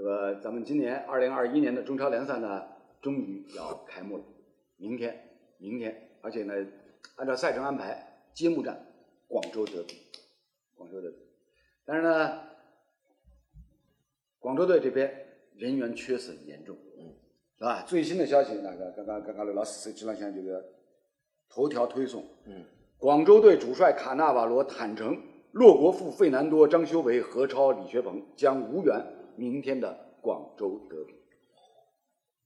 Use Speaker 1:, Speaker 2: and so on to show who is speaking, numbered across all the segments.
Speaker 1: 个咱们今年二零二一年的中超联赛呢，终于要开幕了，明天，明天，而且呢，按照赛程安排，揭幕战广州德比，广州德比，但是呢，广州队这边人员缺损严重，嗯，是吧？最新的消息，那个刚刚刚刚刘老师知道现在这个头条推送，
Speaker 2: 嗯，
Speaker 1: 广州队主帅卡纳瓦罗坦诚，洛国富、费南多、张修维、何超、李学鹏将无缘明天的广州德比，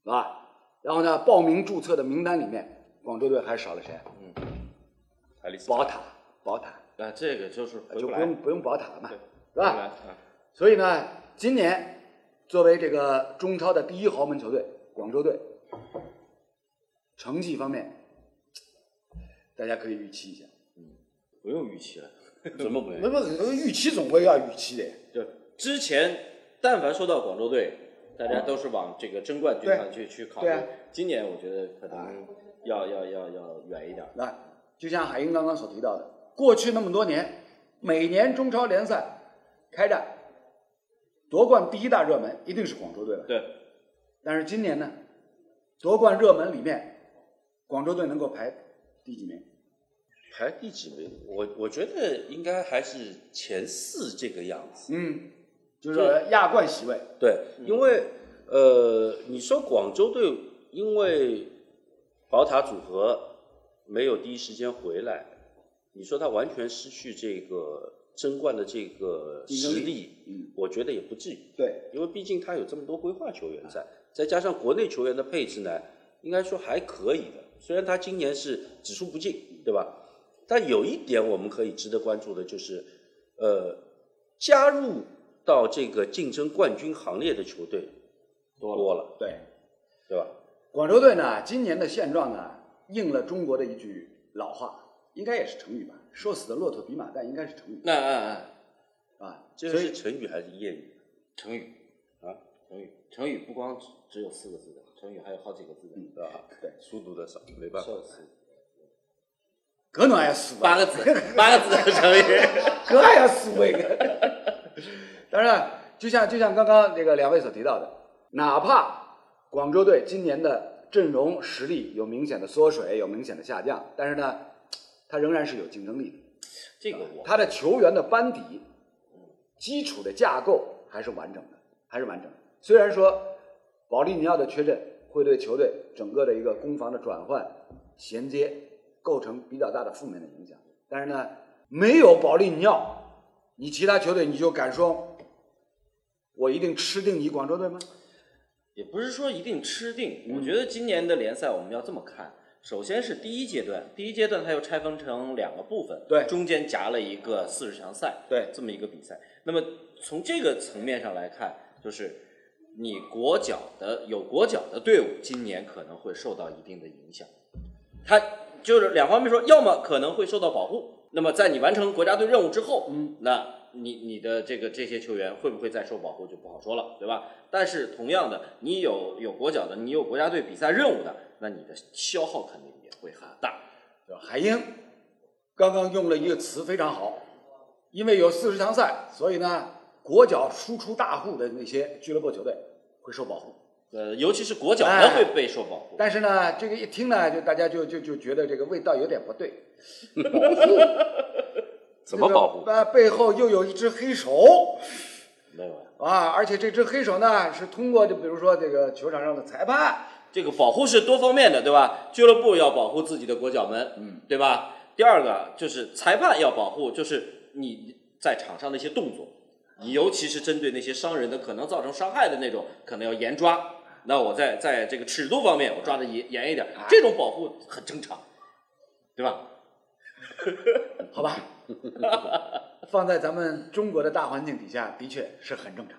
Speaker 1: 是吧？啊然后呢，报名注册的名单里面，广州队还少了谁？
Speaker 2: 海利斯
Speaker 1: 宝塔，宝塔
Speaker 2: 啊，这个就是
Speaker 1: 哎
Speaker 2: 回
Speaker 1: 就
Speaker 2: 不
Speaker 1: 不
Speaker 2: 来，
Speaker 1: 用不用宝塔了嘛，
Speaker 2: 对
Speaker 1: 是
Speaker 2: 回不
Speaker 1: 吧？
Speaker 2: 来啊，
Speaker 1: 所以呢，今年作为这个中超的第一豪门球队广州队，成绩方面，大家可以预期一下。
Speaker 2: 不用预 期了，怎么不用？
Speaker 3: 那么预期总归要预期的，
Speaker 2: 就之前，但凡说到广州队，大家都是往这个争冠军上去去考虑
Speaker 1: 啊对啊。啊
Speaker 2: 今年我觉得可能要要要要远一点。
Speaker 1: 那就像海英刚刚所提到的，过去那么多年，每年中超联赛开战，夺冠第一大热门一定是广州队了。
Speaker 2: 对，
Speaker 1: 但是今年呢，夺冠热门里面，广州队能够排第几名？
Speaker 2: 排第几名？
Speaker 4: 我我觉得应该还是前四这个样子。
Speaker 1: 嗯，就是亚冠席位。
Speaker 4: 对，
Speaker 1: 嗯
Speaker 4: 因为呃，你说广州队因为宝塔组合没有第一时间回来，你说他完全失去这个争冠的这个
Speaker 1: 竞争
Speaker 4: 实
Speaker 1: 力
Speaker 4: 力，
Speaker 1: 嗯，
Speaker 4: 我觉得也不至于，
Speaker 1: 对，
Speaker 4: 因为毕竟他有这么多规划球员在，再加上国内球员的配置呢，应该说还可以的。虽然他今年是只出不进，对吧？但有一点我们可以值得关注的就是，呃，加入到这个竞争冠军行列的球队
Speaker 2: 多了
Speaker 4: 多了，
Speaker 1: 对，
Speaker 4: 对吧？
Speaker 1: 广州队呢，今年的现状呢，应了中国的一句老话，应该也是成语吧，“瘦死的骆驼比马大”，应该是成语
Speaker 2: 那呃那那
Speaker 1: 啊。
Speaker 4: 这个是成语还是谚语？
Speaker 2: 成语啊，成语，成语不光只只有四个字的，成语还有好几个字的，
Speaker 4: 嗯啊对吧？
Speaker 1: 对，
Speaker 4: 书读的少，没办法。
Speaker 2: 瘦死
Speaker 1: 格暖也死
Speaker 2: 八
Speaker 1: 吧，
Speaker 2: 个字，八个字的成语。
Speaker 1: 格还要死我一个。 当然了，就像就像刚刚这个两位所提到的，哪怕广州队今年的阵容实力有明显的缩水，有明显的下降，但是呢，它仍然是有竞争力的。
Speaker 2: 这个我
Speaker 1: 他的球员的班底、基础的架构还是完整的，还是完整的。虽然说保利尼奥的缺阵会对球队整个的一个攻防的转换、衔接构成比较大的负面的影响，但是呢，没有保利尼奥，你其他球队你就敢说我一定吃定你广州队吗？
Speaker 2: 也不是说一定吃定，我觉得今年的联赛我们要这么看。首先是第一阶段，第一阶段它又拆分成两个部分，
Speaker 1: 对
Speaker 2: 中间夹了一个四十强赛，
Speaker 1: 对
Speaker 2: 这么一个比赛。那么从这个层面上来看，就是你国脚的有国脚的队伍，今年可能会受到一定的影响。它就是两方面说，要么可能会受到保护，那么在你完成国家队任务之后，嗯，那你你的这个这些球员会不会再受保护就不好说了，对吧？但是同样的，你有有国脚的，你有国家队比赛任务的，那你的消耗肯定也会很大。
Speaker 1: 对吧海英刚刚用了一个词非常好，因为有四十强赛，所以呢，国脚输出大户的那些俱乐部球队会受保护。
Speaker 2: 呃，尤其是国脚的
Speaker 1: 哎
Speaker 2: 会被受保护，
Speaker 1: 但是呢，这个一听呢，就大家就就就觉得这个味道有点不对。
Speaker 4: 怎么保护？
Speaker 1: 那呃背后又有一只黑手
Speaker 2: 没有呀、
Speaker 1: 啊，而且这只黑手呢是通过就比如说这个球场上的裁判，
Speaker 2: 这个保护是多方面的，对吧？俱乐部要保护自己的国脚们，嗯，对吧？第二个就是裁判要保护，就是你在场上的一些动作，你尤其是针对那些伤人的可能造成伤害的那种，可能要严抓。那我在在这个尺度方面，我抓的严严一点，这种保护很正常，对吧？
Speaker 1: 好吧， 放在咱们中国的大环境底下，的确是很正常。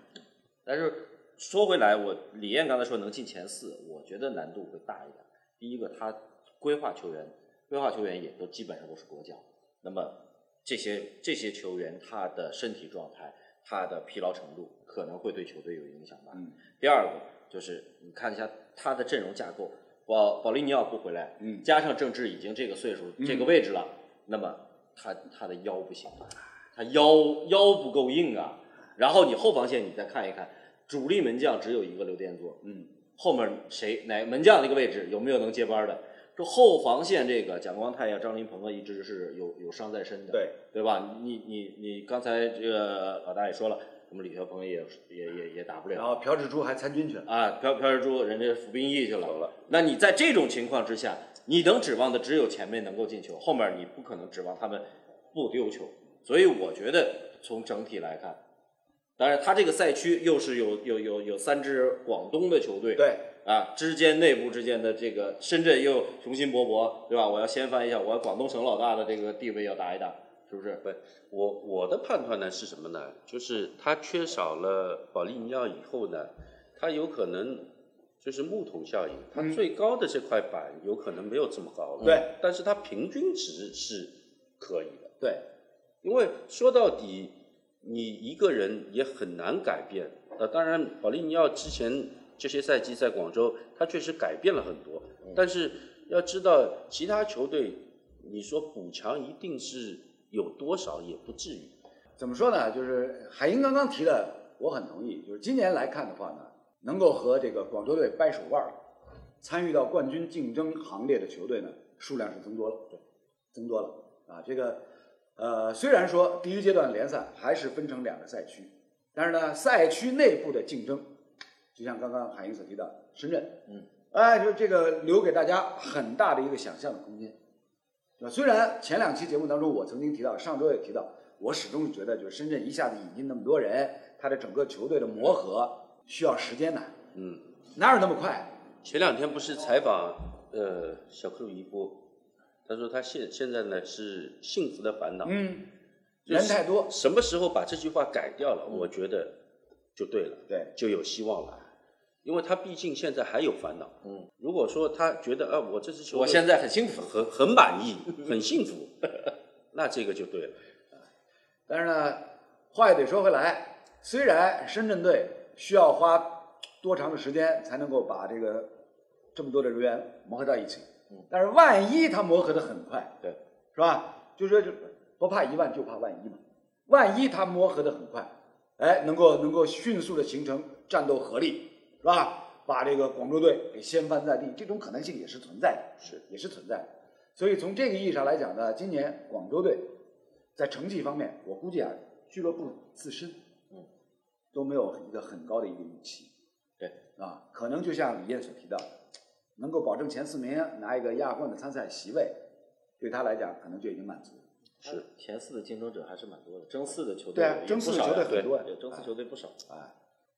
Speaker 2: 但是说回来，我李艳刚才说能进前四，我觉得难度会大一点。第一个，他规划球员，规划球员也都基本上都是国脚，那么这些这些球员他的身体状态、他的疲劳程度可能会对球队有影响吧。
Speaker 1: 嗯
Speaker 2: 第二个就是你看一下他的阵容架构，保保利尼奥不回来，
Speaker 1: 嗯
Speaker 2: 加上郑智已经这个岁数、这个位置了，那么他他的腰不行啊，他腰腰不够硬啊。然后你后防线你再看一看，主力门将只有一个刘殿座，
Speaker 1: 嗯，
Speaker 2: 后面谁哪门将那个位置有没有能接班的？这后防线这个蒋光太呀、张琳芃啊，一直是有有伤在身的，
Speaker 1: 对
Speaker 2: 对吧？你你你刚才这个老大也说了，我们李霄鹏也也也也打不了
Speaker 1: 然，后朴智珠还参军去了，
Speaker 2: 啊，朴朴世珠人家服兵役去了。那你在这种情况之下，你能指望的只有前面能够进球，后面你不可能指望他们不丢球。所以我觉得从整体来看，当然他这个赛区又是有有有有三支广东的球队，
Speaker 1: 对，
Speaker 2: 啊之间内部之间的这个深圳又雄心勃勃，对吧？我要掀翻一下，我要广东省老大的这个地位要打一打，是不是？
Speaker 4: 我我的判断呢是什么呢？就是他缺少了保利尼奥以后呢，他有可能就是木桶效应，他最高的这块板有可能没有这么高了。
Speaker 1: 对
Speaker 4: 但是它平均值是可以的，
Speaker 1: 对，
Speaker 4: 因为说到底，你一个人也很难改变。那当然，保利尼奥之前这些赛季在广州，他确实改变了很多，但是要知道其他球队，你说补强一定是有多少也不至于。
Speaker 1: 怎么说呢？就是海英刚刚提的，我很同意。就是今年来看的话呢，能够和这个广州队掰手腕儿，参与到冠军竞争行列的球队呢，数量是增多了，对，增多了啊。这个呃，虽然说第一阶段联赛还是分成两个赛区，但是呢，赛区内部的竞争，就像刚刚海英所提到，深圳，
Speaker 2: 嗯，
Speaker 1: 哎，就这个留给大家很大的一个想象的空间。对吧？虽然前两期节目当中我曾经提到，上周也提到，我始终是觉得，就是深圳一下子引进那么多人，他的整个球队的磨合需要时间的，
Speaker 4: 嗯，
Speaker 1: 哪有那么快？
Speaker 4: 前两天不是采访呃小克鲁伊夫，他说他现现在呢是幸福的烦恼，
Speaker 1: 嗯，
Speaker 4: 就是
Speaker 1: 人太多，
Speaker 4: 什么时候把这句话改掉了，
Speaker 2: 嗯
Speaker 4: 我觉得就对了。
Speaker 1: 对，
Speaker 4: 就有希望了，因为他毕竟现在还有烦恼。
Speaker 2: 嗯，
Speaker 4: 如果说他觉得啊，我这支球队
Speaker 2: 我现在很幸福。
Speaker 4: 很很满意，很幸福， 那这个就对了。
Speaker 1: 但是呢，话也得说回来，虽然深圳队需要花多长的时间才能够把这个这么多的人员磨合到一起，但是万一他磨合的很快，
Speaker 2: 对，
Speaker 1: 是吧？就说就不怕一万，就怕万一嘛。万一他磨合的很快，哎，能够能够迅速的形成战斗合力，是吧？把这个广州队给掀翻在地，这种可能性也是存在的，是也是存在的。所以从这个意义上来讲呢，今年广州队在成绩方面，我估计啊，俱乐部自身，
Speaker 2: 嗯，
Speaker 1: 都没有一个很高的一个预期。
Speaker 2: 对
Speaker 1: 啊，可能就像李燕所提到的，能够保证前四名拿一个亚冠的参赛席位，对他来讲可能就已经满足了。
Speaker 2: 是前四的竞争者还是蛮多的，争四的球队
Speaker 1: 对啊
Speaker 2: 也
Speaker 1: 争
Speaker 2: 不
Speaker 1: 四的
Speaker 2: 少
Speaker 1: 球队
Speaker 2: 呀
Speaker 1: 很多呀
Speaker 2: 对，争四球队不少。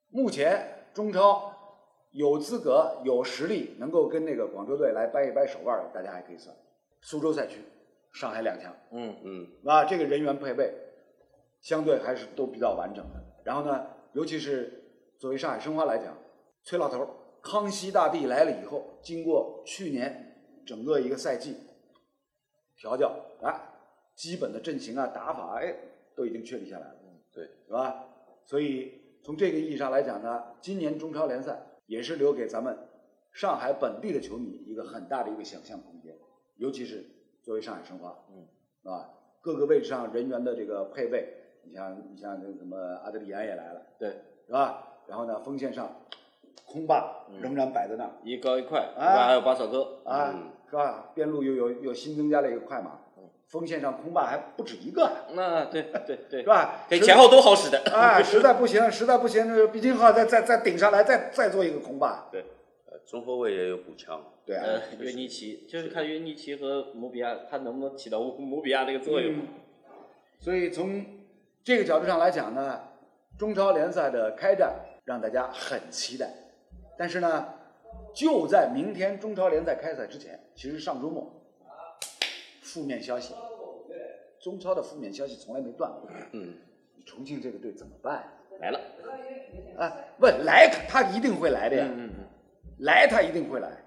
Speaker 1: 目前中超有资格、有实力能够跟那个广州队来掰一掰手腕儿的，大家还可以算苏州赛区、上海两强，
Speaker 2: 嗯，
Speaker 4: 嗯，
Speaker 1: 啊，这个人员配备相对还是都比较完整的。然后呢，尤其是作为上海申花来讲，崔老头儿康熙大帝来了以后，经过去年整个一个赛季调教，哎，基本的阵型啊、打法，哎，都已经确立下来了，
Speaker 4: 对，
Speaker 1: 是吧？所以从这个意义上来讲呢，今年中超联赛也是留给咱们上海本地的球迷一个很大的一个想象空间，尤其是作为上海申花，啊，各个位置上人员的这个配备，你像你像那什么阿德里安也来了，
Speaker 2: 对，
Speaker 1: 是吧？然后呢，锋线上空霸仍然摆在那儿、
Speaker 2: 一高一快，对
Speaker 1: 啊
Speaker 2: 吧？还有巴萨哥，
Speaker 1: 啊，是吧？边路又有又新增加了一个快马，锋线上空霸还不止一个，
Speaker 2: 那对对对，
Speaker 1: 是吧？
Speaker 2: 可以
Speaker 1: 实
Speaker 2: 前后都好使的。
Speaker 1: 啊，实在不行，实在不行，就是毕金浩再再再顶上来，再再做一个空霸，
Speaker 4: 呃中后卫也有补强，
Speaker 1: 对啊，
Speaker 2: 呃，约尼奇就是看约尼奇和姆比亚，他能不能起到姆比亚这个作用。
Speaker 1: 嗯所以从这个角度上来讲呢，中超联赛的开战让大家很期待。但是呢，就在明天中超联赛开赛之前，其实上周末负面消息，中超的负面消息从来没断过。
Speaker 4: 嗯，
Speaker 1: 重庆这个队怎么办呀、
Speaker 2: 来了，
Speaker 1: 啊？不来，他一定会来的呀。
Speaker 2: 嗯嗯嗯，
Speaker 1: 来他一定会来，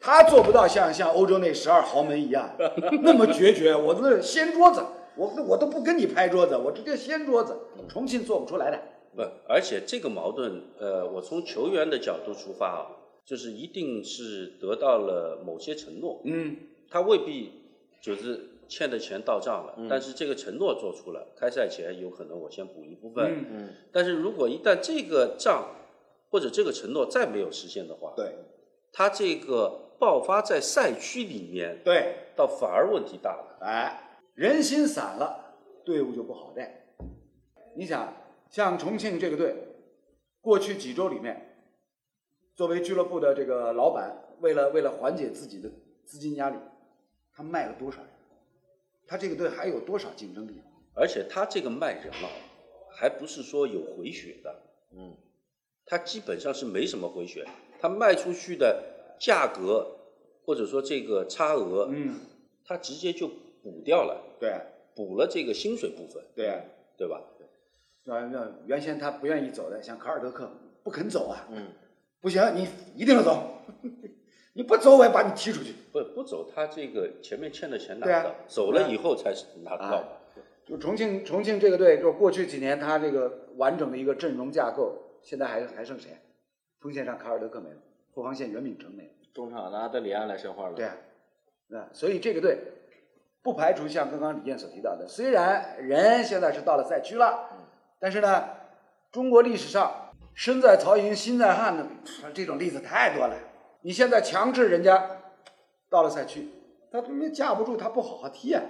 Speaker 1: 他做不到像像欧洲那十二豪门一样那么决绝，我这掀桌子，我我都不跟你拍桌子，我直接掀桌子，重庆做不出来的。
Speaker 2: 嗯
Speaker 4: 不，而且这个矛盾，呃，我从球员的角度出发啊，就是一定是得到了某些承诺，
Speaker 1: 嗯，
Speaker 4: 他未必就是欠的钱到账
Speaker 3: 嗯
Speaker 4: 了，但是这个承诺做出了，开赛前有可能我先补一部分，
Speaker 1: 嗯
Speaker 4: 但是如果一旦这个账或者这个承诺再没有实现的话，
Speaker 3: 对
Speaker 4: 他这个爆发在赛区里面，
Speaker 3: 对，
Speaker 4: 倒反而问题大了。
Speaker 3: 哎，
Speaker 1: 人心散了，队伍就不好带。你想，像重庆这个队，过去几周里面，作为俱乐部的这个老板，为了为了缓解自己的资金压力，他卖了多少人？他这个队还有多少竞争力？
Speaker 4: 而且他这个卖人啊，还不是说有回血的，
Speaker 2: 嗯，
Speaker 4: 他基本上是没什么回血，他卖出去的价格或者说这个差额，
Speaker 3: 嗯，
Speaker 4: 他直接就补掉了，
Speaker 3: 对
Speaker 4: 补了这个薪水部分，
Speaker 3: 对，
Speaker 4: 对吧？
Speaker 1: 那那原先他不愿意走的，像卡尔德克不肯走啊，
Speaker 2: 嗯，
Speaker 1: 不行，你一定要走， 你不走我也把你踢出去。
Speaker 4: 不不走，他这个前面欠的钱拿不
Speaker 1: 对啊
Speaker 4: 到，走了以后才是拿得到的。
Speaker 1: 就重庆重庆这个队，就是过去几年他这个完整的一个阵容架构，现在还还剩谁？锋线上卡尔德克没了，后防线袁秉成没了，
Speaker 2: 中场的阿德里安来申花了，
Speaker 1: 对啊，那所以这个队不排除像刚刚李健所提到的，虽然人现在是到了赛区了，但是呢，中国历史上身在曹营心在汉的啊这种例子太多了。你现在强制人家到了赛区，他他妈架不住他不好好踢啊！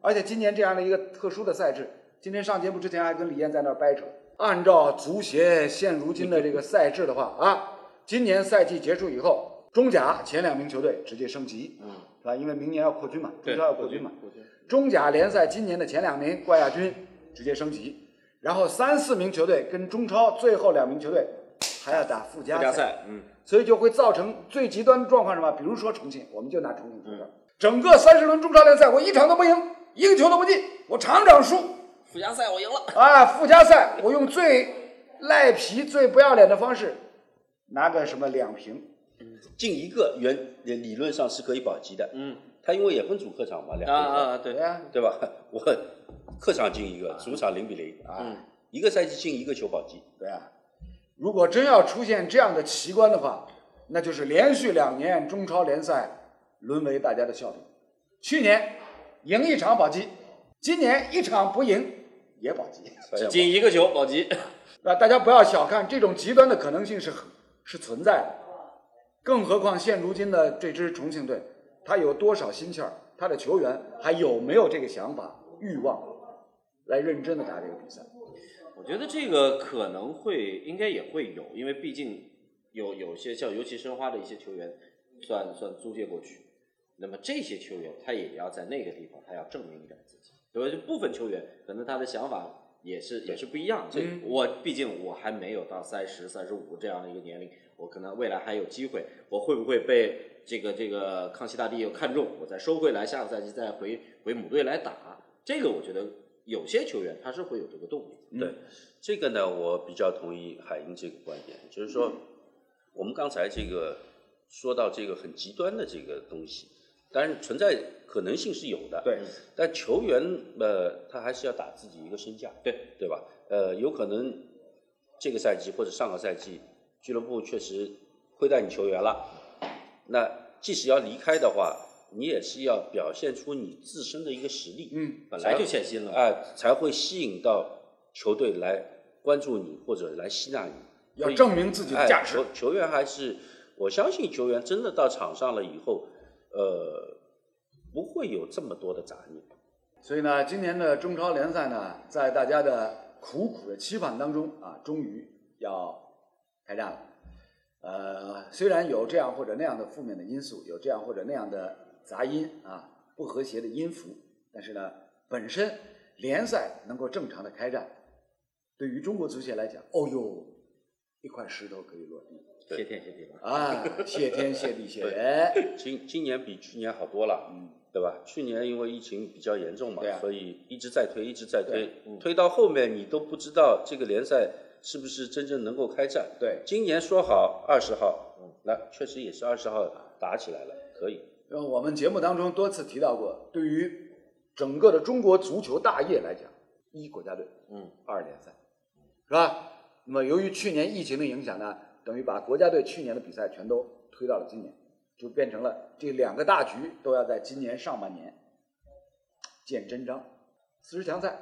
Speaker 1: 而且今年这样的一个特殊的赛制，今天上节目之前还跟李艳在那儿掰扯。按照足协现如今的这个赛制的话啊，今年赛季结束以后，中甲前两名球队直接升级，嗯，是吧？因为明年要扩军嘛，中
Speaker 2: 对
Speaker 1: 超要扩军嘛，
Speaker 2: 国军
Speaker 1: 中甲联赛今年的前两名冠亚军直接升级，然后三四名球队跟中超最后两名球队还要打附加
Speaker 2: 附加赛，嗯，
Speaker 1: 所以就会造成最极端的状况是什么？比如说重庆，我们就拿重
Speaker 2: 嗯
Speaker 1: 庆说事儿，整个三十轮中超联赛我一场都不赢，一个球都不进，我场场输，
Speaker 2: 附加赛我赢了，
Speaker 1: 啊，附加赛我用最赖皮、最不要脸的方式拿个什么两平，
Speaker 4: 进一个原理论上是可以保级的，
Speaker 2: 嗯，
Speaker 4: 他因为也分主客场嘛，两
Speaker 2: 啊
Speaker 4: 个人、
Speaker 2: 啊对
Speaker 1: 对，呀、
Speaker 4: 对吧？我客场进一个，主场零比零啊，
Speaker 2: 嗯，
Speaker 4: 一个赛季进一个球保级，
Speaker 1: 对呀、如果真要出现这样的奇观的话，那就是连续两年中超联赛沦为大家的笑柄。去年赢一场保级，今年一场不赢也保级。
Speaker 4: 哎呀
Speaker 2: 进一个球保级，
Speaker 1: 那大家不要小看这种极端的可能性是很是存在的，更何况现如今的这支重庆队，他有多少心气儿？他的球员还有没有这个想法、欲望来认真的打这个比赛？
Speaker 2: 我觉得这个可能会应该也会有，因为毕竟有有些像尤其申花的一些球员算算租借过去，那么这些球员他也要在那个地方他要证明一点自己，对吧？就部分球员可能他的想法也是也是不一样的。
Speaker 4: 嗯
Speaker 2: 我毕竟我还没有到三十、三十五这样的一个年龄，我可能未来还有机会，我会不会被这个这个康熙大帝又看中，我再收回来，下个赛季再回回母队来打？这个我觉得有些球员他是会有这个动力的。
Speaker 1: 嗯
Speaker 4: 对，这个呢，我比较同意海英这个观点，就是说，我们刚才这个说到这个很极端的这个东西，当然存在可能性是有的，
Speaker 3: 对，
Speaker 2: 嗯
Speaker 4: 但球员呃，他还是要打自己一个身价，
Speaker 2: 对
Speaker 4: 对吧？呃，有可能这个赛季或者上个赛季，俱乐部确实亏待你球员了，那即使要离开的话，你也是要表现出你自身的一个实力，
Speaker 1: 嗯，
Speaker 2: 本来就欠薪了嘛，
Speaker 4: 啊、才会吸引到球队来关注你或者来吸纳你，
Speaker 1: 要
Speaker 4: 所以
Speaker 1: 证明自己的
Speaker 4: 哎
Speaker 1: 价值
Speaker 4: 球。球员还是我相信球员真的到场上了以后，呃，不会有这么多的杂念。
Speaker 1: 所以呢，今年的中超联赛呢，在大家的苦苦的期盼当中啊，终于要开战了。呃，虽然有这样或者那样的负面的因素，有这样或者那样的杂音啊，不和谐的音符，但是呢，本身联赛能够正常的开战，对于中国足协来讲， 哦呦，一块石头可以落地
Speaker 2: 谢天谢地吧。
Speaker 1: 啊，谢天谢地谢人，
Speaker 4: 今今年比去年好多了，
Speaker 1: 嗯，
Speaker 4: 对吧？去年因为疫情比较严重嘛，
Speaker 1: 对啊
Speaker 4: 所以一直在推，一直在推
Speaker 1: 对，啊嗯
Speaker 4: 推到后面你都不知道这个联赛是不是真正能够开战。
Speaker 1: 对。嗯
Speaker 4: 今年说好二十号，那确实也是二十号打起来了，可以。
Speaker 1: 呃，我们节目当中多次提到过，对于整个的中国足球大业来讲，一国家队，
Speaker 2: 嗯，
Speaker 1: 二联赛，是吧？那么由于去年疫情的影响呢，等于把国家队去年的比赛全都推到了今年，就变成了这两个大局都要在今年上半年见真章。四十强赛，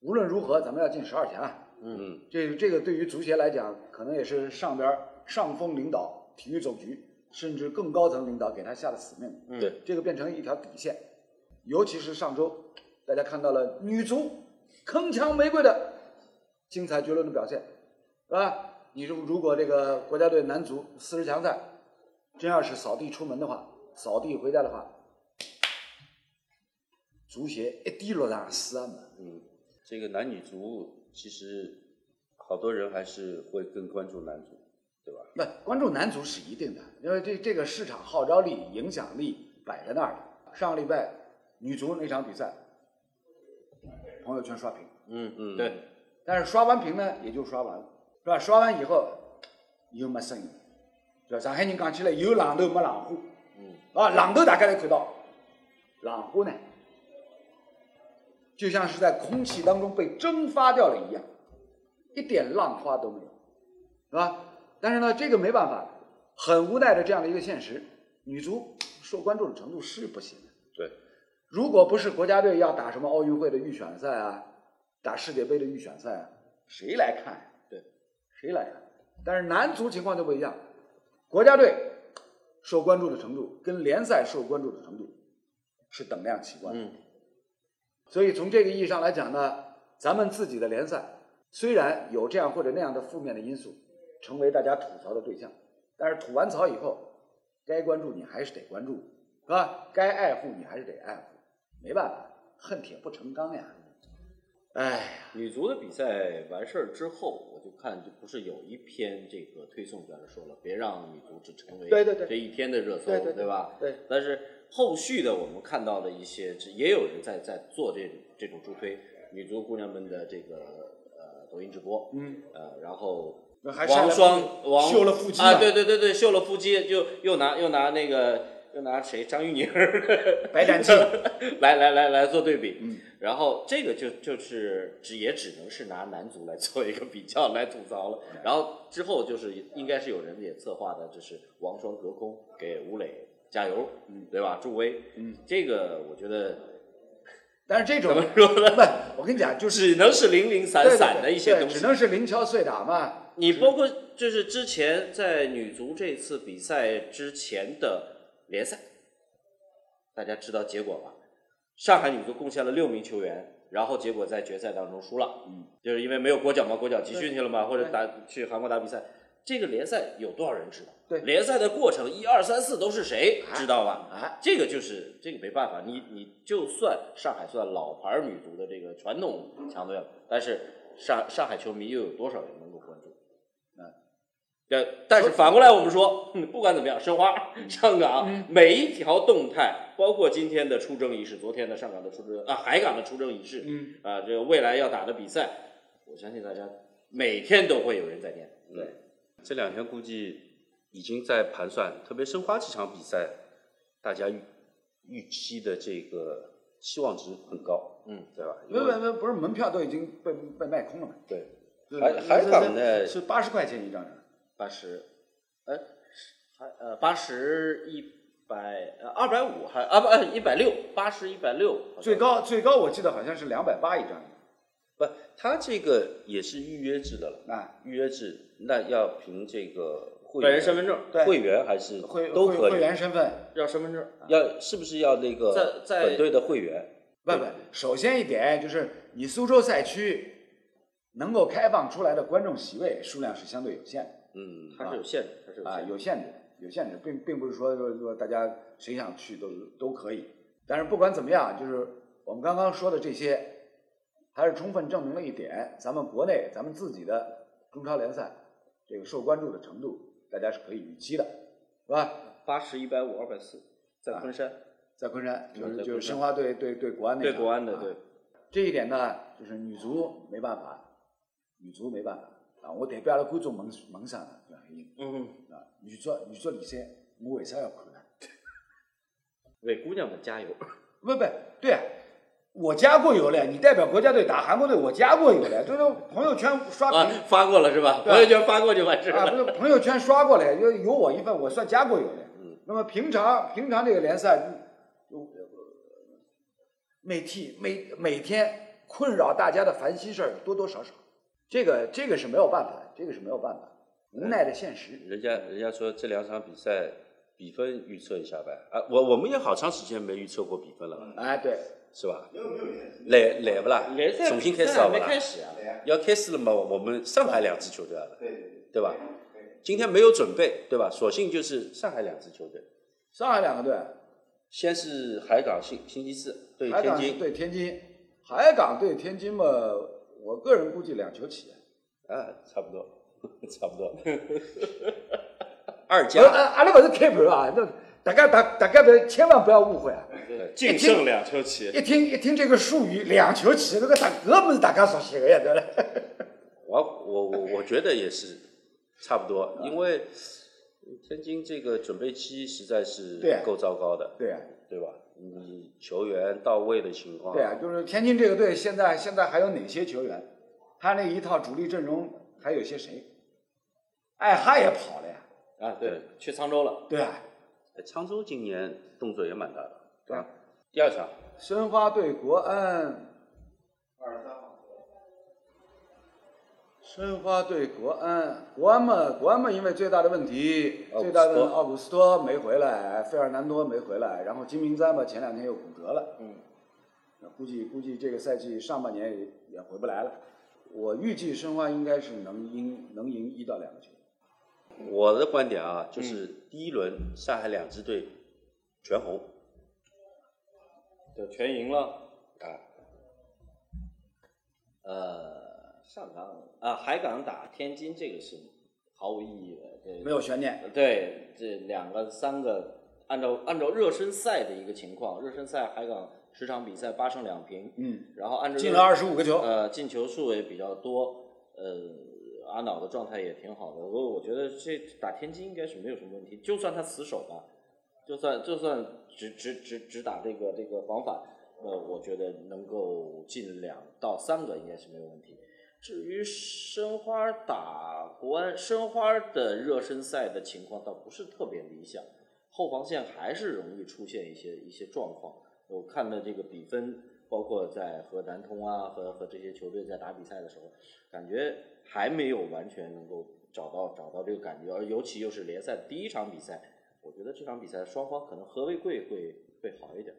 Speaker 1: 无论如何咱们要进十二强啊，嗯，这这个对于足协来讲，可能也是上边儿上峰领导、体育总局甚至更高层领导给他下的死命令。
Speaker 2: 嗯
Speaker 4: 对，
Speaker 1: 这个变成一条底线。尤其是上周，大家看到了女足铿锵玫瑰的精彩绝伦的表现，是吧？你如如果这个国家队男足四十强赛真要是扫地出门的话，扫地回家的话，足协一滴落在死啊门。
Speaker 4: 嗯，这个男女足其实好多人还是会更关注男足，对吧？
Speaker 1: 不，关注男足是一定的，因为这这个市场号召力、影响力摆在那儿的。上个礼拜女足那场比赛，朋友圈刷屏，
Speaker 2: 嗯
Speaker 4: 嗯
Speaker 2: 对，
Speaker 1: 但是刷完屏呢，也就刷完了，是吧？刷完以后又没声音，对吧？上海人讲起来有浪头没浪花，
Speaker 2: 嗯
Speaker 1: 啊，浪头大家侪看到，浪花呢，就像是在空气当中被蒸发掉了一样，一点浪花都没有，是吧？但是呢，这个没办法，很无奈的这样的一个现实，女足受关注的程度是不行的。
Speaker 4: 对，
Speaker 1: 如果不是国家队要打什么奥运会的预选赛啊，打世界杯的预选赛啊，谁来看呀、
Speaker 2: 对，
Speaker 1: 谁来看？但是男足情况就不一样，国家队受关注的程度跟联赛受关注的程度是等量齐观的。
Speaker 2: 嗯
Speaker 1: 所以从这个意义上来讲呢，咱们自己的联赛虽然有这样或者那样的负面的因素，成为大家吐槽的对象，但是吐完槽以后，该关注你还是得关注，是吧？该爱护你还是得爱护，没办法，恨铁不成钢呀。哎，
Speaker 2: 女足的比赛完事儿之后，我就看就不是有一篇这个推送在这说了，别让女足只成为
Speaker 1: 对对对
Speaker 2: 这一天的热搜，
Speaker 1: 对对对
Speaker 2: 吧？
Speaker 1: 对。
Speaker 2: 但是后续的我们看到了一些，这也有人在在做这种这种助推女足姑娘们的这个呃抖音直播，
Speaker 1: 嗯，
Speaker 2: 呃，然后
Speaker 3: 那还晒
Speaker 2: 王
Speaker 3: 了
Speaker 2: 双王
Speaker 3: 秀了腹肌
Speaker 2: 啊，
Speaker 3: 呢
Speaker 2: 对对对对，秀了腹肌，就又拿又拿那个又拿谁张玉宁儿
Speaker 1: 白 展庆
Speaker 2: 来来来来做对比，
Speaker 1: 嗯
Speaker 2: 然后这个就就是只也只能是拿男足来做一个比较来吐槽了，然后之后就是应该是有人也策划的，就是王双隔空给吴磊加油，嗯，对吧？助威，嗯，这个我觉得
Speaker 1: 但是这种
Speaker 2: 怎么说呢？
Speaker 1: 不，我跟你讲，就是
Speaker 2: 只能是零零散散的一些
Speaker 1: 对对
Speaker 2: 东
Speaker 1: 对
Speaker 2: 西，
Speaker 1: 只能是零敲碎打嘛。
Speaker 2: 你包括就是之前在女足这次比赛之前的联赛，大家知道结果吧？上海女足贡献了六名球员，然后结果在决赛当中输了，嗯，就是因为没有国脚嘛，国脚集训去了嘛，或者打去韩国打比赛。这个联赛有多少人知道？
Speaker 1: 对
Speaker 2: 联赛的过程一二三四都是谁知道吧？
Speaker 1: 啊，
Speaker 2: 这个就是这个没办法，你你就算上海算老牌女足的这个传统强队了，但是上上海球迷又有多少人能够关注？对，但是反过来我们说，嗯不管怎么样，申花、上港、每一条动态，包括今天的出征仪式，昨天的上港的出征啊，海港的出征仪式，
Speaker 1: 嗯，
Speaker 2: 啊，这个未来要打的比赛，我相信大家每天都会有人在念。
Speaker 4: 对，这两天估计已经在盘算，特别申花这场比赛，大家预预期的这个期望值很高，
Speaker 2: 嗯，
Speaker 4: 对吧？
Speaker 1: 没没没，不是门票都已经被被卖空了嘛？
Speaker 4: 对，
Speaker 1: 对
Speaker 4: 海
Speaker 1: 对
Speaker 4: 海
Speaker 1: 对
Speaker 4: 港呢
Speaker 1: 是八十块钱一张，
Speaker 2: 八十，呃，还呃八十一百呃二百五还啊不一百六八十一百六
Speaker 1: 最高最高我记得好像是两百八一张
Speaker 4: 不，他这个也是预约制的了，
Speaker 1: 啊，
Speaker 4: 预约制那要凭这个会
Speaker 2: 本
Speaker 4: 员
Speaker 2: 人身份证
Speaker 1: 对
Speaker 4: 会员还是
Speaker 1: 会
Speaker 4: 都
Speaker 1: 会
Speaker 4: 可
Speaker 1: 会
Speaker 4: 以，
Speaker 1: 员身份。
Speaker 2: 要身份证，
Speaker 4: 要是不是要那个
Speaker 2: 在在
Speaker 4: 本队的会员？
Speaker 1: 不不，首先一点就是你苏州赛区能够开放出来的观众席位数量是相对有限的
Speaker 4: 嗯，
Speaker 2: 它是有限制，它是有
Speaker 1: 啊，
Speaker 2: 限制。
Speaker 1: 有限制，有限制，并并不是说说说大家谁想去都都可以。但是不管怎么样，就是我们刚刚说的这些，还是充分证明了一点，咱们国内咱们自己的中超联赛这个受关注的程度，大家是可以预期的，是吧？
Speaker 2: 八十一百五二百四，在昆山，
Speaker 1: 在昆山，就是
Speaker 2: 啊
Speaker 1: 就
Speaker 2: 在
Speaker 1: 是
Speaker 2: 昆山
Speaker 1: 申花队对对国安那
Speaker 2: 对
Speaker 1: 场
Speaker 2: 国安的
Speaker 1: 啊
Speaker 2: 对。
Speaker 1: 这一点呢，就是女足没办法，女足没办法啊！我代表了观众梦梦想啊，对吧？
Speaker 2: 嗯，
Speaker 1: 啊，女足女足联赛，我为啥要看呢？
Speaker 2: 为姑娘们加油。
Speaker 1: 不不，对啊，
Speaker 3: 我加过油嘞，你代表国家队打韩国队，我加过油嘞，就是朋友圈刷
Speaker 2: 啊
Speaker 3: 屏，
Speaker 2: 发过了是 吧？
Speaker 3: 对
Speaker 2: 朋友圈发过就 完事
Speaker 3: 啊，
Speaker 2: 了。
Speaker 3: 不是朋友圈刷过来，有有我一份，我算加过油的。
Speaker 4: 嗯
Speaker 3: 那么平常平常这个联赛，就就每天每每天困扰大家的烦心事儿多多少少，
Speaker 1: 这个这个是没有办法的，这个是没有办法，无奈的现实。
Speaker 4: 人家人家说这两场比赛比分预测一下呗，啊，我我们也好长时间没预测过比分了吧，
Speaker 1: 哎，对，
Speaker 4: 是吧？来来不啦？
Speaker 2: 联赛
Speaker 4: 重新
Speaker 2: 比
Speaker 4: 开
Speaker 2: 赛
Speaker 4: 始好
Speaker 2: 还
Speaker 4: 不
Speaker 2: 没
Speaker 4: 啦
Speaker 2: 啊开？始啊，
Speaker 4: 要开始了嘛？我们上海两支球队啊，
Speaker 5: 对，
Speaker 4: 对吧？今天没有准备，对吧？索性就是上海两支球队，
Speaker 1: 上海两个队，
Speaker 4: 先是海港星星期四对
Speaker 1: 海
Speaker 4: 天
Speaker 1: 港
Speaker 4: 津，
Speaker 1: 对天津，海港对天津嘛，我个人估计两球起。
Speaker 4: 啊，差不多， 差不多。二
Speaker 1: 呃，
Speaker 4: 加，
Speaker 1: 阿阿拉不是开盘啊，那大家大大家别千万不要误会啊！
Speaker 2: 哎
Speaker 5: 净胜两球起，
Speaker 3: 一听一听这个术语“两球起”，那个大搿么是大家熟悉的呀，对不对？
Speaker 4: 我我我我觉得也是差不多，因为天津这个准备期实在是
Speaker 3: 对啊
Speaker 4: 够糟糕的，
Speaker 1: 对啊，
Speaker 4: 对吧？你球员到位的情况，
Speaker 1: 对啊，就是天津这个队现在现在还有哪些球员？他那一套主力阵容还有些谁？艾哈也跑了呀，
Speaker 2: 啊，对，去沧州了，
Speaker 3: 对啊，
Speaker 4: 哎沧州今年动作也蛮大的，
Speaker 1: 对啊。
Speaker 4: 第二场
Speaker 1: 申花对国安，申花对国安，国安嘛，国安嘛，因为最大的问题，
Speaker 4: 奥古
Speaker 1: 最
Speaker 4: 斯托
Speaker 1: 大的问奥古斯托没回来，费尔南多没回来，然后金明哉嘛，前两天又骨折了，
Speaker 2: 嗯，
Speaker 1: 那呃估计估计这个赛季上半年也也回不来了。我预计申花应该是能赢能赢一到两个球，
Speaker 4: 我的观点啊，就是第一轮上海两支队全红
Speaker 2: 对，全赢了。
Speaker 4: 啊，
Speaker 2: 呃，上港啊，海港打天津这个是毫无意义的，这
Speaker 1: 没有悬念。
Speaker 2: 对，这两个三个，按照按照热身赛的一个情况，热身赛海港十场比赛八胜两平，
Speaker 1: 嗯，
Speaker 2: 然后按照
Speaker 3: 进了二十五个
Speaker 1: 哦
Speaker 3: 球，
Speaker 2: 呃进球数也比较多，呃阿瑙的状态也挺好的，我我觉得这打天津应该是没有什么问题，就算他死守吧，就算就算只只只只打这个这个防反，呃我觉得能够进两到三个应该是没有问题。至于申花打国安，申花的热身赛的情况倒不是特别理想，后防线还是容易出现一些一些状况。我看了这个比分，包括在和南通啊和和这些球队在打比赛的时候，感觉还没有完全能够找到找到这个感觉，而尤其又是联赛第一场比赛，我觉得这场比赛双方可能和为贵会会好一点，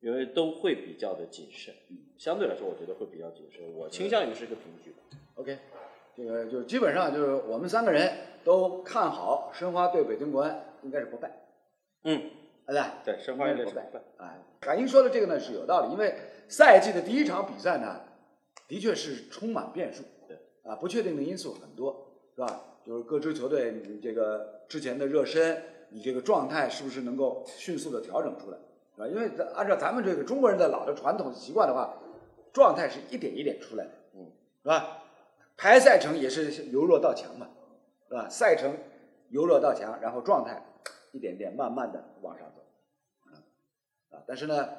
Speaker 2: 因为都会比较的谨慎，相对来说我觉得会比较谨慎，我倾向于是个平局吧。
Speaker 1: OK，这个就基本上就是我们三个人都看好申花对北京国安应该是不败，
Speaker 2: 嗯，
Speaker 1: 对吧？
Speaker 2: 对，申花
Speaker 1: 应
Speaker 2: 也
Speaker 1: 该
Speaker 2: 得
Speaker 1: 是不败
Speaker 2: 胜败。
Speaker 1: 哎，海英说的这个呢是有道理，因为赛季的第一场比赛呢，的确是充满变数，
Speaker 2: 对
Speaker 1: 啊，不确定的因素很多，是吧？就是各支球队你这个之前的热身，你这个状态是不是能够迅速的调整出来，是吧？因为咱按照咱们这个中国人的老的传统习惯的话，状态是一点一点出来的，
Speaker 2: 嗯，
Speaker 1: 是吧？排赛程也是由弱到强嘛，是吧？赛程由弱到强，然后状态一点点慢慢的往上走。啊，但是呢，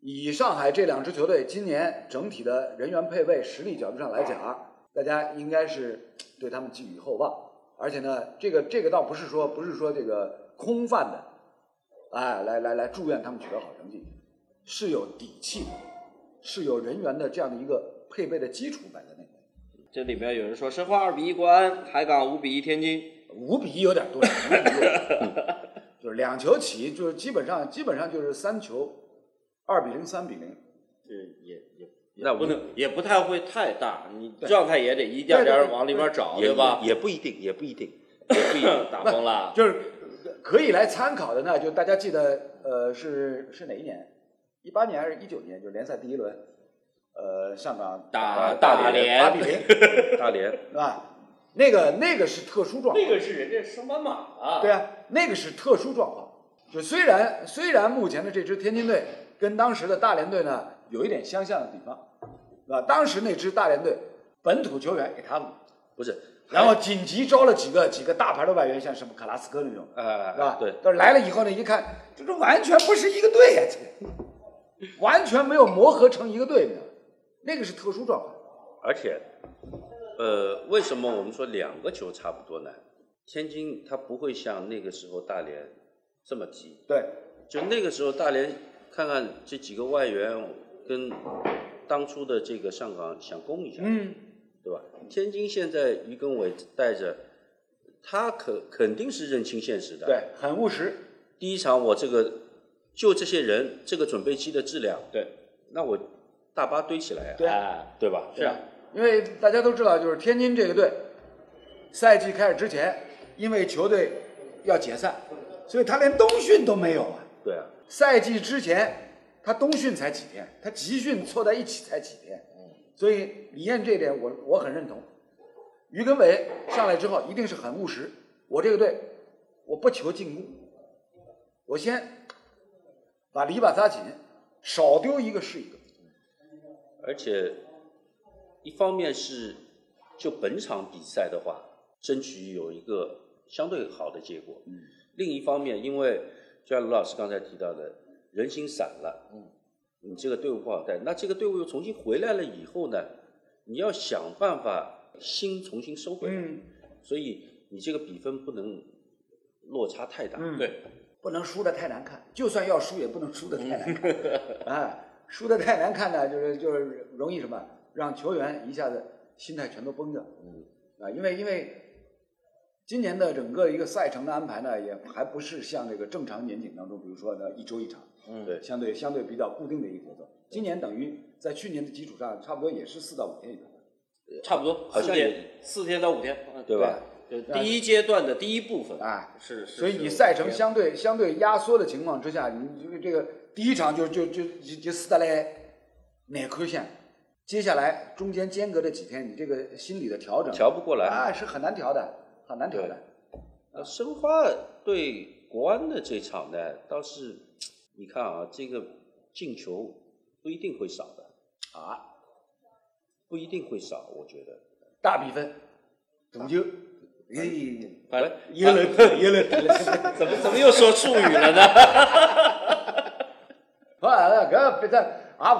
Speaker 1: 以上海这两支球队今年整体的人员配备、实力角度上来讲，大家应该是对他们寄予厚望。而且呢，这个这个倒不是说不是说这个空泛的，哎，来来来祝愿他们取得好成绩，是有底气的，是有人员的这样的一个配备的基础摆在那里。
Speaker 2: 这里面有人说申花二比一国安，海港五比一天津，
Speaker 1: 五比一有点多，五比一有点多 就是两球起，就是基本上基本上就是三球，二比零、三比零。
Speaker 2: 这也也
Speaker 4: 那
Speaker 2: 不
Speaker 4: 我
Speaker 2: 能也不太会太大，你
Speaker 1: 对
Speaker 2: 状态也得一
Speaker 1: 对
Speaker 2: 点点
Speaker 1: 对
Speaker 2: 儿
Speaker 1: 对
Speaker 2: 往里面找，
Speaker 4: 也
Speaker 2: 吧？
Speaker 4: 也也不一定，也不一定。
Speaker 2: 打崩了，
Speaker 1: 就是可以来参考的呢，就大家记得，呃，是是哪一年？一八年还是一九年？就联赛第一轮，呃，上港
Speaker 2: 打
Speaker 1: 大
Speaker 2: 大
Speaker 1: 八比
Speaker 2: 连
Speaker 1: 零，
Speaker 4: 大连
Speaker 1: 是吧？那个那个是特殊状况，
Speaker 2: 那个是人家升班马啊，
Speaker 1: 对啊，那个是特殊状况。就虽然虽然目前的这支天津队跟当时的大连队呢有一点相像的地方，是吧？当时那支大连队本土球员给他们，
Speaker 4: 不是，
Speaker 1: 然后紧急招了几个几个大牌的外援，像什么卡拉斯科那种，是吧
Speaker 4: 啊？，对，
Speaker 1: 但是来了以后呢，一看这个完全不是一个队呀、这个完全没有磨合成一个队呢，那个是特殊状况。
Speaker 4: 而且，呃，为什么我们说两个球差不多呢？天津它不会像那个时候大连这么急，
Speaker 1: 对，
Speaker 4: 就那个时候大连看看这几个外援跟当初的这个上港想攻一下，
Speaker 1: 嗯，
Speaker 4: 对吧？天津现在于根伟带着，他肯肯定是认清现实的。，
Speaker 1: 对，很务实。
Speaker 4: 第一场我这个就这些人，这个准备期的质量，
Speaker 2: 对，
Speaker 4: 那我大巴堆起来呀、
Speaker 1: 对
Speaker 2: 哎
Speaker 4: 对吧？
Speaker 2: 是啊，
Speaker 1: 因为大家都知道，就是天津这个队，赛季开始之前，
Speaker 3: 因为球队要解散，所以他连冬训都没有啊。
Speaker 4: 对啊，
Speaker 1: 赛季之前他冬训才几天，他集训凑在一起才几天，所以李艳这一点我我很认同。于根伟上来之后一定是很务实，我这个队我不求进攻，我先把篱笆扎紧，少丢一个是一个。
Speaker 4: 而且一方面是就本场比赛的话，争取有一个相对好的结果。嗯。另一方面，因为就像卢老师刚才提到的，人心散了，嗯，你这个队伍不好带，那这个队伍又重新回来了以后呢，你要想办法心重新收回来。嗯。所以你这个比分不能落差太大。嗯。
Speaker 2: 对，
Speaker 1: 不能输得太难看，就算要输也不能输得太难看。啊，输得太难看呢，就是就是容易什么，让球员一下子心态全都崩掉。嗯，啊，因为因为今年的整个一个赛程的安排呢，也还不是像这个正常年景当中，比如说呢一周一场，
Speaker 2: 嗯
Speaker 4: 对
Speaker 1: 相对相对比较固定的一个节奏。今年等于在去年的基础上，差不多也是四到五天一场。
Speaker 2: 差不多，
Speaker 4: 好像
Speaker 2: 四
Speaker 4: 也
Speaker 2: 天，四天到五天，嗯啊
Speaker 4: 对吧？
Speaker 2: 就第一阶段的第一部分
Speaker 1: 哎
Speaker 2: 是，是
Speaker 1: 所以你
Speaker 2: 是
Speaker 1: 赛程相对相对压缩的情况之下，你这个这个第一场就就就就就死打嘞，哪亏线？接下来中间间隔这几天，你这个心理的调整
Speaker 4: 调不过来。
Speaker 1: 啊是很难调的，很难调的。
Speaker 4: 呃，申花对国安的这场呢，倒是你看啊，这个进球不一定会少的
Speaker 1: 啊，
Speaker 4: 不一定会少，我觉得。
Speaker 1: 大比分，总哎
Speaker 4: 啊
Speaker 1: 球，咦，
Speaker 2: 反正
Speaker 3: 耶伦，耶伦，
Speaker 2: 怎么怎么又说术语了呢？
Speaker 1: 好啊，搿反正也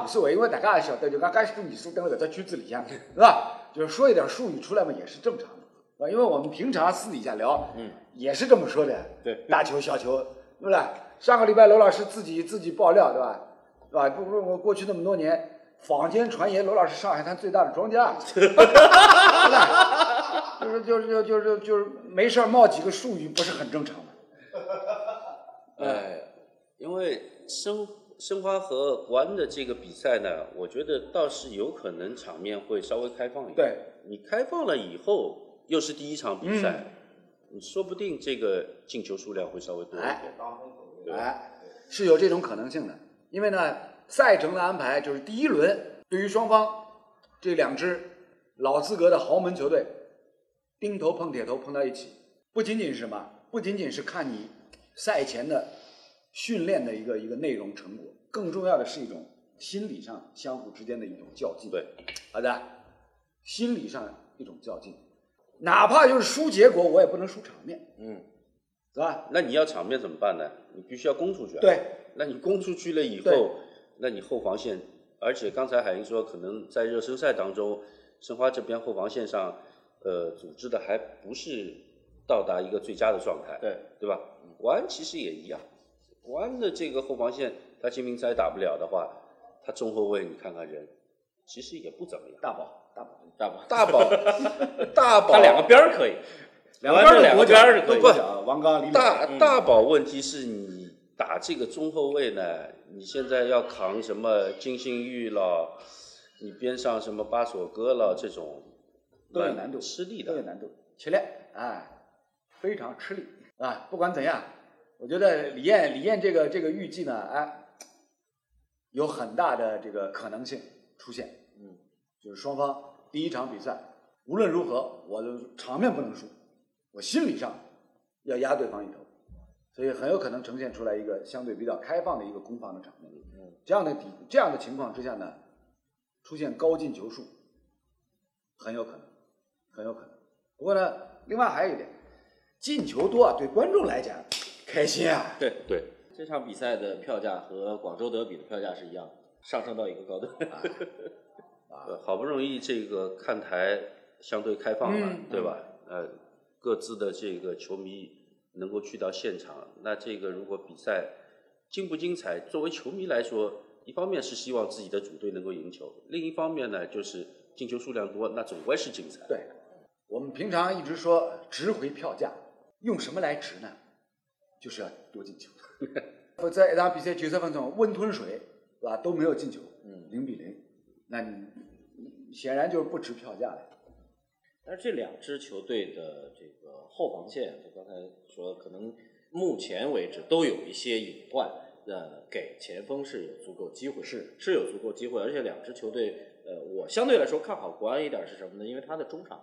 Speaker 1: 无所谓，因为大家也晓得，就讲介许多年数，等辣搿只圈子里向， 是吧？就是说一点术语出来嘛，也是正常的，是吧？因为我们平常私底下聊，嗯，也是这么说的，
Speaker 2: 对，
Speaker 1: 大球小球，对不对？上个礼拜罗老师自己自己爆料，对吧？是吧？不不，我过去那么多年，坊间传言罗老师上海滩最大的庄家， 对吧？就是就是就是就是就是没事儿冒几个术语，不是很正常吗？
Speaker 4: 哎， 因为申申花和国安的这个比赛呢，我觉得倒是有可能场面会稍微开放一点。
Speaker 1: 对，
Speaker 4: 你开放了以后，又是第一场比赛，
Speaker 2: 嗯
Speaker 4: 你说不定这个进球数量会稍微多一
Speaker 1: 哎
Speaker 4: 点。
Speaker 1: 哎，是有这种可能性的。因为呢，赛程的安排就是第一轮对于双方这两支老资格的豪门球队，钉头碰铁头碰到一起，不仅仅是什么，不仅仅是看你赛前的训练的一个一个内容成果，更重要的是一种心理上相互之间的一种较劲。
Speaker 4: 对，
Speaker 1: 好的，心理上一种较劲，哪怕就是输结果，我也不能输场面，
Speaker 2: 嗯，
Speaker 1: 是吧？
Speaker 4: 那你要场面怎么办呢？你必须要攻出去、啊。
Speaker 1: 对，
Speaker 4: 那你攻出去了以
Speaker 1: 对
Speaker 4: 后，那你后防线，而且刚才海英说，可能在热身赛当中，申花这边后防线上，呃，组织的还不是到达一个最佳的状态，
Speaker 2: 对
Speaker 4: 对吧？国安其实也一样，国安的这个后防线，他金明才打不了的话，他中后卫你看看人，其实也不怎么样。
Speaker 1: 大宝，大宝，
Speaker 2: 大宝，
Speaker 4: 大 宝，大宝，
Speaker 2: 他两个边儿可以，
Speaker 3: 两
Speaker 2: 个
Speaker 3: 个
Speaker 2: 边
Speaker 3: 边
Speaker 2: 儿
Speaker 3: 的
Speaker 2: 两个
Speaker 3: 国
Speaker 2: 边儿是
Speaker 3: 脚
Speaker 2: 可以
Speaker 3: 都国脚，王刚、李磊，
Speaker 1: 嗯
Speaker 4: 大大宝问题是你打这个中后卫呢，你现在要扛什么金星玉了，你边上什么巴索戈了这种，
Speaker 1: 都有难度
Speaker 4: 吃力
Speaker 1: 都有
Speaker 4: 的。
Speaker 1: 难度，吃力，哎，非常吃力啊！不管怎样，我觉得李艳李艳这个这个预计呢，哎，有很大的这个可能性出现。嗯，就是双方第一场比赛无论如何，我的场面不能输，我心理上要压对方一头，所以很有可能呈现出来一个相对比较开放的一个攻防的场面。嗯，这样的底这样的情况之下呢，出现高进球数，很有可能。很有可能。不过呢，另外还有一点，进球多啊，对观众来讲开心啊。
Speaker 2: 对
Speaker 4: 对，
Speaker 2: 这场比赛的票价和广州德比的票价是一样的，上升到一个高度。
Speaker 4: 呃好不容易这个看台相对开放
Speaker 1: 嗯
Speaker 4: 了，对吧？呃，各自的这个球迷能够去到现场，那这个如果比赛精不精彩，作为球迷来说，一方面是希望自己的主队能够赢球，另一方面呢，就是进球数量多，那总归是竞赛。
Speaker 1: 对，我们平常一直说值回票价，用什么来值呢？就是要多进球。 我在那场比赛决赛分中，温吞水是吧都没有进球，嗯，零比零，那你你显然就是不值票价了。
Speaker 2: 但是这两支球队的这个后防线，就刚才说，可能目前为止都有一些隐患，呃，给前锋是有足够机会，
Speaker 1: 是
Speaker 2: 是有足够机会，而且两支球队，呃，我相对来说看好国安一点是什么呢？因为他的中场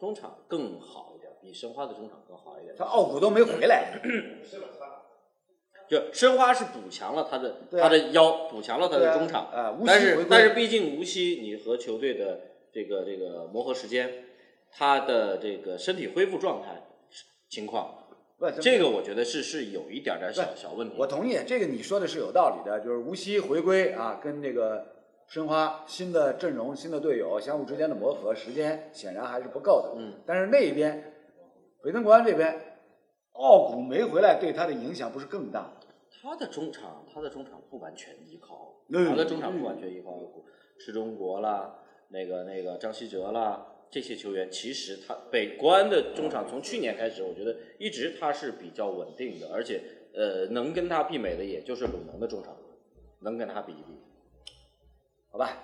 Speaker 2: 中场更好一点，比申花的中场更好一点
Speaker 3: 他。奥古都没回来，
Speaker 2: 嗯就申花是补强了他的、
Speaker 3: 对啊
Speaker 2: 他的腰，补强了他
Speaker 3: 对
Speaker 2: 的
Speaker 3: 啊
Speaker 2: 中场，
Speaker 1: 呃
Speaker 3: 啊无锡
Speaker 2: 但
Speaker 3: 回
Speaker 2: 是
Speaker 3: 归
Speaker 2: 但是毕竟无锡你和球队的这个这个磨合时间，他的这个身体恢复状态情况，
Speaker 3: 不，
Speaker 2: 这个我觉得是是有一点点小
Speaker 3: 对
Speaker 2: 小问题。
Speaker 1: 我同意这个你说的是有道理的，就是无锡回归啊，跟这个申花新的阵容、新的队友相互之间的磨合时间显然还是不够的。
Speaker 2: 嗯，
Speaker 1: 但是那一边北京国安这边
Speaker 3: 奥古没回来对他的影响不是更大？
Speaker 2: 他的中场，他的中场不完全依靠，
Speaker 3: 嗯
Speaker 2: 他的中场不完全依靠池中国啦，那个那个张稀哲啦这些球员，其实他北国安的中场从去年开始，我觉得一直他是比较稳定的，而且呃能跟他媲美的也就是鲁能的中场，能跟他比一比。
Speaker 1: 好吧，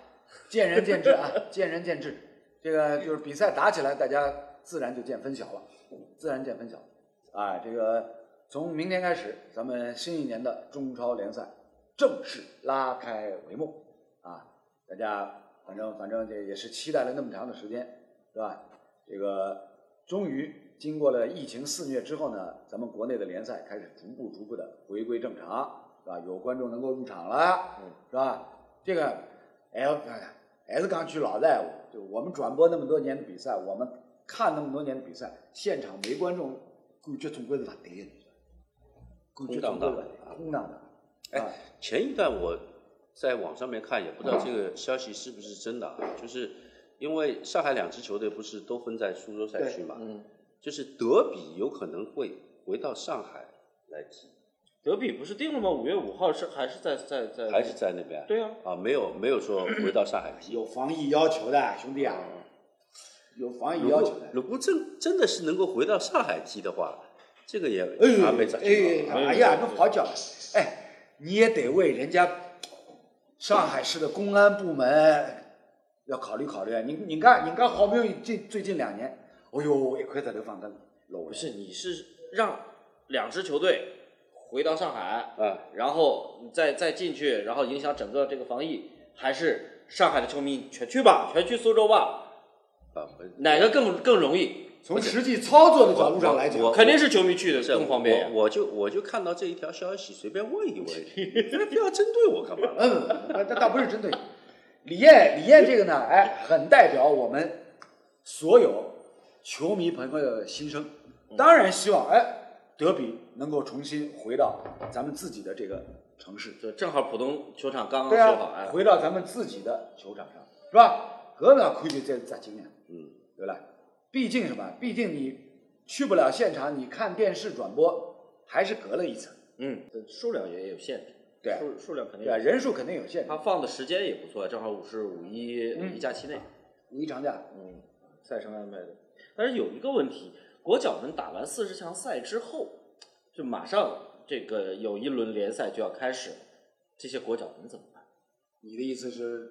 Speaker 1: 见仁见智啊，见仁见智。这个就是比赛打起来，大家自然就见分晓了，自然见分晓。啊，这个从明天开始，咱们新一年的中超联赛正式拉开帷幕啊！大家反正反正这也是期待了那么长的时间，是吧？这个终于经过了疫情肆虐之后呢，咱们国内的联赛开始逐步逐步的回归正常，是吧？有观众能够入场了，是吧？这个 L 还是刚去老在乎，就我们转播那么多年的比赛，我们看那么多年的比赛，现场没观众，感觉总归是不对的，感觉总归是空荡荡。啊
Speaker 4: 前一段我在网上面看，也不知道这个消息是不是真的啊，就是因为上海两支球队不是都分在苏州赛区嘛，
Speaker 2: 嗯，
Speaker 4: 就是德比有可能会回到上海来踢，
Speaker 2: 德比不是定了吗？五月五号是还是在在在
Speaker 4: 还是在那边？
Speaker 2: 对啊，
Speaker 4: 啊，没有没有说回到上海踢。
Speaker 3: 有防疫要求的兄弟
Speaker 2: 嗯
Speaker 3: 啊，有防疫
Speaker 4: 如
Speaker 3: 要
Speaker 4: 果
Speaker 3: 求的。
Speaker 4: 如果真真的是能够回到上海踢的话，这个也
Speaker 3: 哎呦
Speaker 4: 阿妹咋去
Speaker 3: 哎
Speaker 4: 搞？
Speaker 3: 哎呀，那好讲了，哎，你也得为人家上海市的公安部门要考虑考虑。啊你你看，你看好不容易近最近两年，哎呦，一块石头放灯漏
Speaker 2: 不
Speaker 3: 了。
Speaker 2: 是你是让两支球队回到上海，
Speaker 3: 哎
Speaker 4: 啊，
Speaker 2: 然后你再再进去，然后影响整个这个防疫，还是上海的球迷全去吧，全去苏州吧，
Speaker 4: 啊，不是
Speaker 2: 哪个更更容易？
Speaker 3: 从实际操作的角度上来
Speaker 4: 我
Speaker 3: 讲，
Speaker 2: 肯定是球迷去的
Speaker 4: 是
Speaker 2: 更方便呀。
Speaker 4: 我我就我就看到这一条消息，随便 问一问，非要针对我干嘛？
Speaker 3: 嗯，
Speaker 1: 那那呃倒不是针对你。李艳，李艳这个呢，哎，很代表我们所有球迷朋友的心声。
Speaker 3: 当然希
Speaker 1: 希望哎，德比能够重新回到咱们自己的这个城市，
Speaker 2: 这正好浦东球场刚刚
Speaker 1: 对
Speaker 2: 修好，
Speaker 1: 啊，
Speaker 2: 哎，
Speaker 1: 回到咱们自己的球场上，是吧？何呢，亏就这咋经验，
Speaker 4: 嗯，
Speaker 1: 对吧？毕竟什么？毕竟你去不了现场，你看电视转播还是隔了一层，
Speaker 2: 嗯，数量也有限制，
Speaker 1: 对
Speaker 2: 数数量肯
Speaker 1: 对
Speaker 2: 定
Speaker 1: 吧？
Speaker 2: 有。
Speaker 1: 人数肯定有限制
Speaker 2: 他。放的时间也不错，正好五十五一五一假期内，
Speaker 1: 五一长假，
Speaker 2: 嗯，赛程安排的。但是有一个问题，国脚们打完四十强赛之后，就马上这个有一轮联赛就要开始了，这些国脚们怎么办？
Speaker 1: 你的意思是，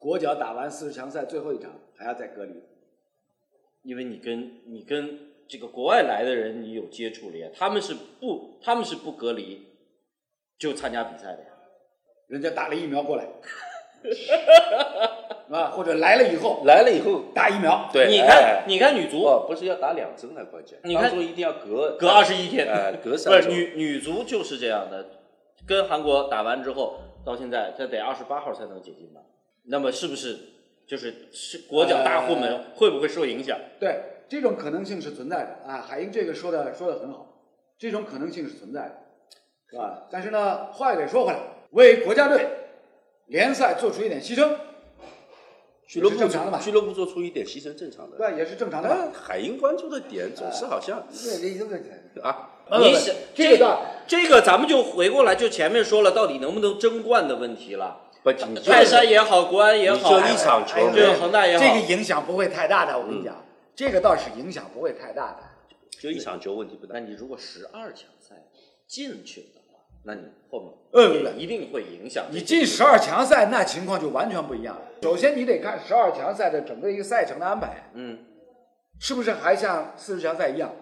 Speaker 1: 国脚打完四十强赛最后一场还要再隔离？
Speaker 2: 因为你跟你跟这个国外来的人你有接触了呀，他们是不他们是不隔离就参加比赛的呀。
Speaker 1: 人家打了疫苗过来， 啊，或者来了以后
Speaker 4: 来了以后，
Speaker 1: 打疫苗，
Speaker 4: 对，
Speaker 2: 你看、
Speaker 4: 哎
Speaker 2: 你看女足、
Speaker 4: 哦，不是要打两针的关键，
Speaker 2: 你看
Speaker 4: 当中一定要隔
Speaker 2: 隔二十一天，
Speaker 4: 呃隔
Speaker 2: 不
Speaker 4: 三
Speaker 2: 是
Speaker 4: 周，
Speaker 2: 女女足就是这样的，跟韩国打完之后到现在，这得二十八号才能解禁吧？那么是不是就是是国脚大户
Speaker 4: 哎
Speaker 2: 们会不会受影响？
Speaker 1: 对，这种可能性是存在的啊。海英这个说的说的很好，这种可能性是存在的，是吧？但是呢，话又得说回来，为国家队联赛做出一点牺牲，
Speaker 4: 俱乐
Speaker 1: 是
Speaker 4: 部
Speaker 1: 正常的吧
Speaker 4: 俱乐部做出一点牺牲正常的。
Speaker 1: 对吧，也是正常的吧。
Speaker 4: 但海英关注的点总是好像
Speaker 1: 对，对对对对
Speaker 4: 啊，
Speaker 2: 你想
Speaker 1: 这个
Speaker 2: 这个咱们就回过来，就前面说了，到底能不能争冠的问题了。
Speaker 4: 不，你就
Speaker 2: 泰山也好，国安也
Speaker 4: 嗯你
Speaker 2: 好，
Speaker 4: 就一场球
Speaker 1: 哎
Speaker 2: 就
Speaker 4: 没
Speaker 2: 是恒大也
Speaker 1: 这
Speaker 2: 好，
Speaker 1: 个影响不会太大的，我跟你讲，这个倒是影响不会太大的。
Speaker 4: 就一场球问题不
Speaker 2: 那。
Speaker 4: 大
Speaker 2: 你如果十二强赛进去的话，那你后面
Speaker 1: 呃
Speaker 2: 一定会影响这
Speaker 1: 你
Speaker 2: 些
Speaker 1: 进十二强赛，那情况就完全不一样了。首先，你得看十二强赛的整个一个赛程的安排，啊
Speaker 2: 嗯
Speaker 1: 是不是还像四十强赛一样，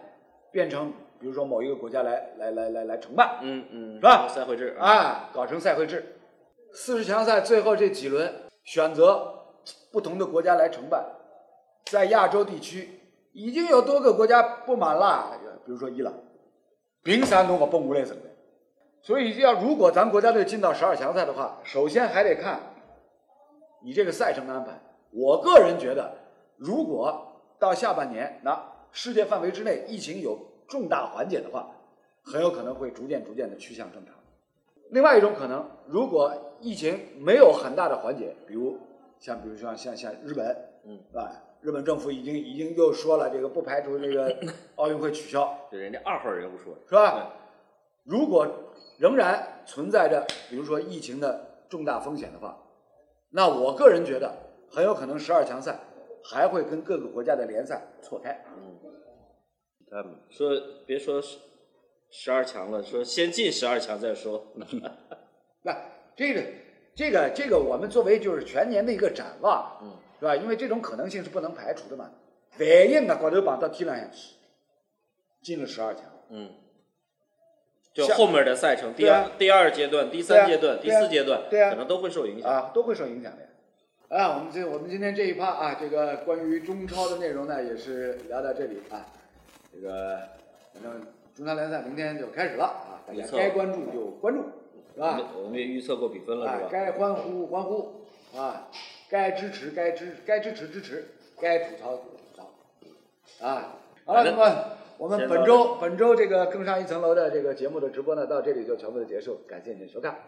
Speaker 1: 变成比如说某一个国家来来来来来承办，
Speaker 2: 嗯嗯，
Speaker 1: 是吧
Speaker 2: 赛会制啊，
Speaker 1: 啊，搞成赛会制。四十强赛最后这几轮选择不同的国家来承办，在亚洲地区已经有多个国家不满了，比如说伊朗，凭啥弄个崩无类省的？所以要如果咱国家队进到十二强赛的话，首先还得看你这个赛程的安排。我个人觉得，如果到下半年那世界范围之内疫情有重大缓解的话，很有可能会逐渐逐渐的趋向正常。另外一种可能，如果疫情没有很大的缓解，比如像比如说像像日本，
Speaker 2: 嗯，
Speaker 1: 啊，日本政府已经已经又说了，这个不排除这个奥运会取消，
Speaker 2: 对人家二号人物说
Speaker 1: 是吧？如果仍然存在着比如说疫情的重大风险的话，那我个人觉得很有可能十二强赛还会跟各个国家的联赛错开。
Speaker 4: 他们
Speaker 2: 说别说十十二强了，说先进十二强再说。
Speaker 1: 那这个这个这个，我们作为就是全年的一个展望，
Speaker 2: 嗯，
Speaker 1: 是吧？因为这种可能性是不能排除的嘛。万一我高头榜到天亮下去，进了十二强，
Speaker 2: 嗯，就
Speaker 1: 像
Speaker 2: 后面的赛程，第
Speaker 1: 对
Speaker 2: 二、
Speaker 1: 啊
Speaker 2: 第二阶段、第
Speaker 1: 对
Speaker 2: 三
Speaker 1: 啊
Speaker 2: 阶段、第
Speaker 1: 对啊
Speaker 2: 四阶段，
Speaker 1: 对啊
Speaker 2: 可能都会受影响。
Speaker 1: 啊，都会受影响的呀。啊，我们这我们今天这一趴啊，这个关于中超的内容呢，也是聊到这里啊。这个反正中超联赛明天就开始了啊，大家
Speaker 2: 没错
Speaker 1: 该关注就关注，是吧？
Speaker 2: 我们也预测过比分了，
Speaker 1: 啊
Speaker 2: 是，吧？
Speaker 1: 该欢呼欢呼，啊，该支持该支该支持支持，该吐槽吐槽，啊，好了，那
Speaker 2: 反正
Speaker 1: 么我们
Speaker 2: 先
Speaker 1: 本
Speaker 2: 到
Speaker 1: 周本周这个更上一层楼的这个节目的直播呢，到这里就全部的结束，感谢您的收看，